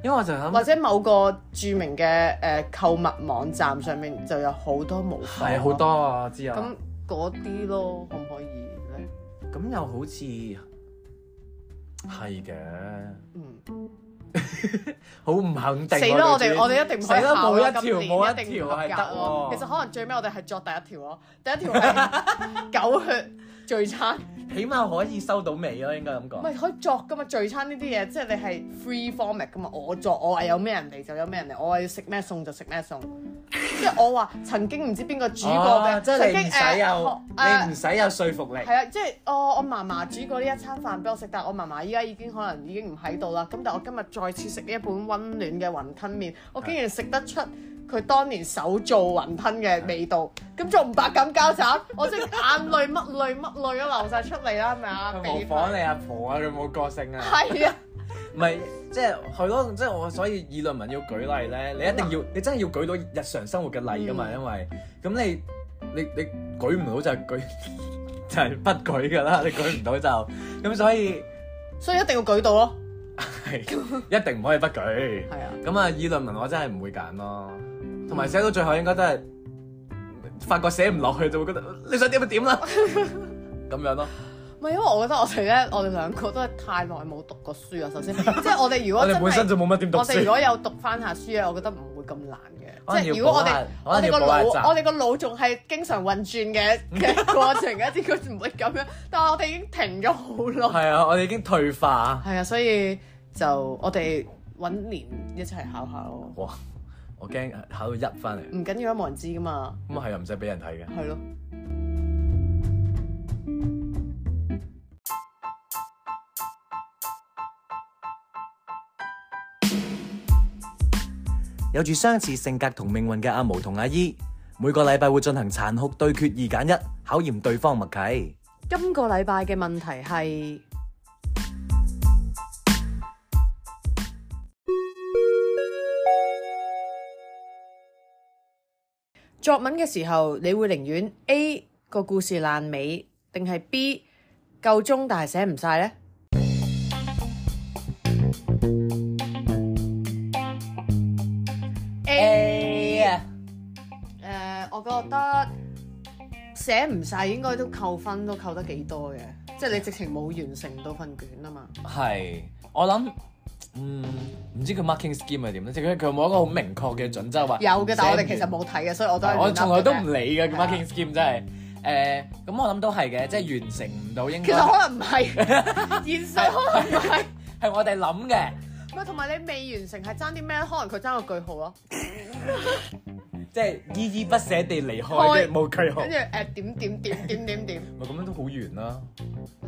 Speaker 2: 因為我就
Speaker 1: 或
Speaker 2: 諗
Speaker 1: 者某個著名嘅誒、呃、購物網站上面就有好多模仿，
Speaker 2: 係好多啊，我知啊。
Speaker 1: 咁嗰啲咯，可唔可以咧？
Speaker 2: 咁又好似係嘅，
Speaker 1: 嗯，
Speaker 2: 好唔肯定喎。
Speaker 1: 死啦！我
Speaker 2: 對
Speaker 1: 哋
Speaker 2: 住
Speaker 1: 我哋一定唔可以
Speaker 2: 死啦
Speaker 1: 考
Speaker 2: 冇
Speaker 1: 啦
Speaker 2: 一條
Speaker 1: 今年
Speaker 2: 冇一
Speaker 1: 一定唔
Speaker 2: 條
Speaker 1: 合
Speaker 2: 係
Speaker 1: 格
Speaker 2: 得
Speaker 1: 咯。
Speaker 2: 喎
Speaker 1: 其實可能最尾我哋係作第一條咯，第一條係 狗血聚餐，
Speaker 2: 起碼可以收到尾咯，應該咁
Speaker 1: 唔
Speaker 2: 講。
Speaker 1: 係可以作噶嘛？聚餐呢啲
Speaker 2: 嗯
Speaker 1: 嘢即係你係 free format 噶嘛？我作我話有咩人嚟就有咩人嚟，我話要食咩餸就食咩餸。即係我話曾經唔知邊個煮過
Speaker 2: 哦
Speaker 1: 嘅，
Speaker 2: 即
Speaker 1: 曾
Speaker 2: 係
Speaker 1: 經呃
Speaker 2: 你唔使有，你唔使有說服力。
Speaker 1: 係啊，即係我我嫲嫲煮過呢一餐飯俾我食，但係我嫲嫲依家已經可能已經唔喺度啦。咁但係我今日再次食呢一碗温暖嘅雲吞麵，我竟然食得出佢當年手做雲吞嘅味道，咁仲唔百感交集？我即係眼淚乜淚乜淚都流晒出嚟啦，係咪 啊？
Speaker 2: 模仿你阿婆啊，佢冇個性啊。
Speaker 1: 係啊，
Speaker 2: 唔係，即係係咯，即係我所以議論文要舉例咧，你一定要，你真係要舉到日常生活嘅例噶嘛，
Speaker 1: 嗯
Speaker 2: 因為咁你你你舉唔到就舉 就係不舉噶啦，你舉唔到就咁，所以
Speaker 1: 所以一定要舉到咯。
Speaker 2: 係一定唔可以不舉。
Speaker 1: 係啊，
Speaker 2: 咁啊，議論文我真係唔會揀咯，同埋寫到最後應該都係發覺寫唔落去就會覺得你想點就 點啦，咁樣咯。
Speaker 1: 唔係因為我覺得我哋咧，我哋兩個都係太耐冇讀過書啊啦。首 先，即係我哋如
Speaker 2: 我
Speaker 1: 果
Speaker 2: 哋
Speaker 1: 真
Speaker 2: 本身
Speaker 1: 係
Speaker 2: 就冇乜點讀
Speaker 1: 我哋如
Speaker 2: 書，
Speaker 1: 果有讀翻下書咧，我覺得唔會咁難嘅。
Speaker 2: 可能
Speaker 1: 即
Speaker 2: 要
Speaker 1: 係如果我
Speaker 2: 補
Speaker 1: 哋
Speaker 2: 下，
Speaker 1: 我
Speaker 2: 可能
Speaker 1: 哋
Speaker 2: 要
Speaker 1: 個
Speaker 2: 補下
Speaker 1: 腦，
Speaker 2: 習
Speaker 1: 我。哋個腦仲係經常運轉嘅嘅過程嘅，點解唔會咁樣？但係我哋已經停咗好耐。
Speaker 2: 係啊，我哋已經退化。
Speaker 1: 係啊，所以就我哋揾年一齊考下咯。
Speaker 2: 哇！我驚考到一翻嚟，
Speaker 1: 唔緊要啊，冇人知噶嘛，
Speaker 2: 咁係又唔使俾人睇嘅。
Speaker 1: 係咯。
Speaker 2: 有住相似性格同命運嘅阿毛同阿姨，每個禮拜會進行殘酷對決二揀一，考驗對方默契。
Speaker 1: 今個禮拜嘅問題係作文嘅時候，你會寧願 A 個故事爛尾，定係 B 夠鐘但係寫唔晒呢？A 啊，誒，我覺得。寫唔晒應該都扣分，都扣得幾多嘅，即係你直情冇完成到份卷啊嘛。
Speaker 2: 係，我諗，嗯，唔知佢 marking scheme 係點咧，即係佢佢冇一個好明確嘅準則話。
Speaker 1: 有嘅，但係我哋其實冇睇嘅，所以我都係
Speaker 2: 我從來都唔
Speaker 1: 亂噏嘅啫。
Speaker 2: 理嘅
Speaker 1: 係啊
Speaker 2: marking scheme 真係。誒，咁我諗都係嘅，即係完成唔到應
Speaker 1: 其
Speaker 2: 該
Speaker 1: 實可能唔係， 現實可能唔係。
Speaker 2: 係我哋諗嘅，
Speaker 1: 唔係，同埋你未完成係爭啲咩？可能佢爭個句號咯，
Speaker 2: 即係依依不捨地離開，
Speaker 1: 開
Speaker 2: 嘅冇句號
Speaker 1: 跟。住誒點點點點點點
Speaker 2: 咪咁樣都好完啦。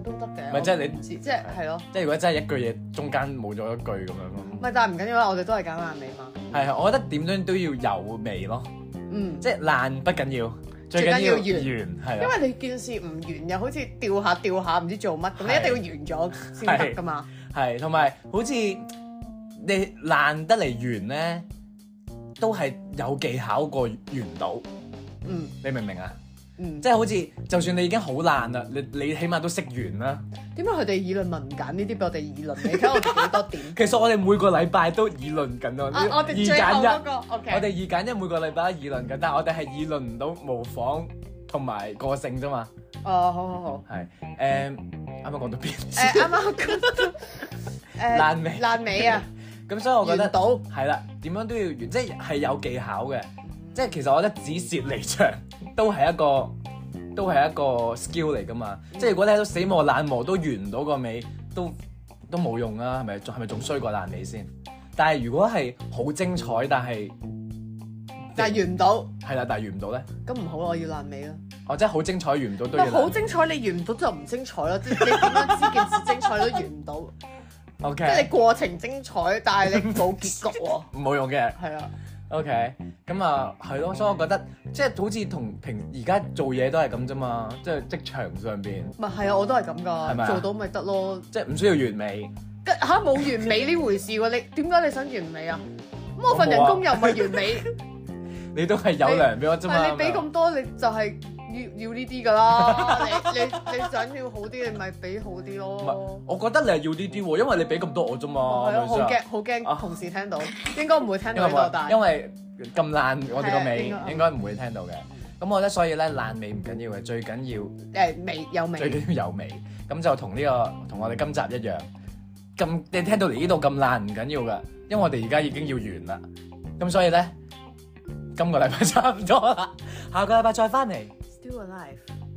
Speaker 1: 都得嘅。
Speaker 2: 咪即係你
Speaker 1: 我唔知，即係係咯。
Speaker 2: 即係如果真係一句嘢中間冇咗一句咁樣咯。
Speaker 1: 唔係，但係唔緊要啦，我哋都係揀爛尾嘛。
Speaker 2: 係，我覺得點樣都要有味咯，
Speaker 1: 嗯，
Speaker 2: 即係爛不緊要，最緊要完，係
Speaker 1: 因
Speaker 2: 啊，
Speaker 1: 為你件事唔完又好似掉下掉下唔知做乜咁，你一定要完咗先得噶嘛。
Speaker 2: 係同埋好似你爛得嚟完咧，都係有技巧過完到，
Speaker 1: 嗯
Speaker 2: 你明唔明啊？
Speaker 1: 嗯。
Speaker 2: 即係好似就算你已經好爛啦，你你起碼都識完啦。？
Speaker 1: 點解佢哋議論文唔揀呢啲俾我哋議論？你睇我哋幾多點
Speaker 2: 其 實我哋每個禮拜都議論緊咯，
Speaker 1: 啊！
Speaker 2: 呢個
Speaker 1: 我哋最後嗰、
Speaker 2: 一，
Speaker 1: 個
Speaker 2: 我哋二
Speaker 1: ，OK，
Speaker 2: 揀一每個禮拜都議論緊，但係我哋係議論唔到模仿同埋個性啫嘛。
Speaker 1: 哦，好 好好，
Speaker 2: 係誒，啱啱講到邊？
Speaker 1: 誒啱 啱講到誒
Speaker 2: 爛尾
Speaker 1: 爛尾啊，
Speaker 2: 咁 所以我覺得
Speaker 1: 完到
Speaker 2: 係啦，點樣都要完，即係係有技巧嘅。即係其實我覺得止蝕離場 都係一個都係一個 skill 嚟噶嘛。即係如果你喺度死磨爛磨都完唔到個尾，都都冇用啊，係咪？仲係咪仲衰過爛尾先？但係如果係好精彩，但係
Speaker 1: 但係完唔到，
Speaker 2: 係啦，但係完唔到咧，
Speaker 1: 咁唔好我要爛尾啦。
Speaker 2: 哦，即係好精彩完唔到都要
Speaker 1: 喂，好
Speaker 2: 爛。
Speaker 1: 精彩，你完唔到就唔精彩咯。即係你點樣知件事精彩都完唔 到？
Speaker 2: O
Speaker 1: 即係
Speaker 2: K，
Speaker 1: 你過程精彩，但係你冇結 局喎。
Speaker 2: 冇用嘅。
Speaker 1: 係啊，
Speaker 2: OK，咁啊係咯，所以我覺得即係好似同平而家做嘢都係咁啫嘛，即係職場上邊，
Speaker 1: 咪係啊，我都係咁
Speaker 2: 係咪
Speaker 1: 㗎，
Speaker 2: 啊
Speaker 1: 做到咪得咯。
Speaker 2: 即係唔需要完美。
Speaker 1: 跟嚇冇完美呢回事喎，你點解你想完美啊？咁我份人工又唔係完美，
Speaker 2: 你都係有糧俾我啫嘛。
Speaker 1: 但係你俾
Speaker 2: 咁樣
Speaker 1: 咁多，你就係要要呢啲㗎 啦。你你你想要好啲，你咪俾好啲
Speaker 2: 唔係
Speaker 1: 咯。，哦
Speaker 2: 我覺得你係要呢啲喎，因為你俾咁多我啫嘛。
Speaker 1: 係咯，
Speaker 2: 係咪
Speaker 1: 好
Speaker 2: 先啊
Speaker 1: 驚好
Speaker 2: 啊
Speaker 1: 驚同事聽到，應該唔會聽
Speaker 2: 因
Speaker 1: 到呢
Speaker 2: 為
Speaker 1: 個，但
Speaker 2: 我因為咁爛，我哋個尾
Speaker 1: 係啊應該
Speaker 2: 應該唔會聽到嘅。咁我咧，所以咧爛尾唔緊要嘅，最緊要
Speaker 1: 誒味有
Speaker 2: 最
Speaker 1: 味，
Speaker 2: 緊要有尾。咁就同呢個同我哋今集一樣。咁你聽到嚟呢度咁爛唔緊要噶，因為我哋而家已經要完啦。咁所以咧，今個禮拜差唔多啦，下個禮拜再翻嚟。
Speaker 1: Still alive。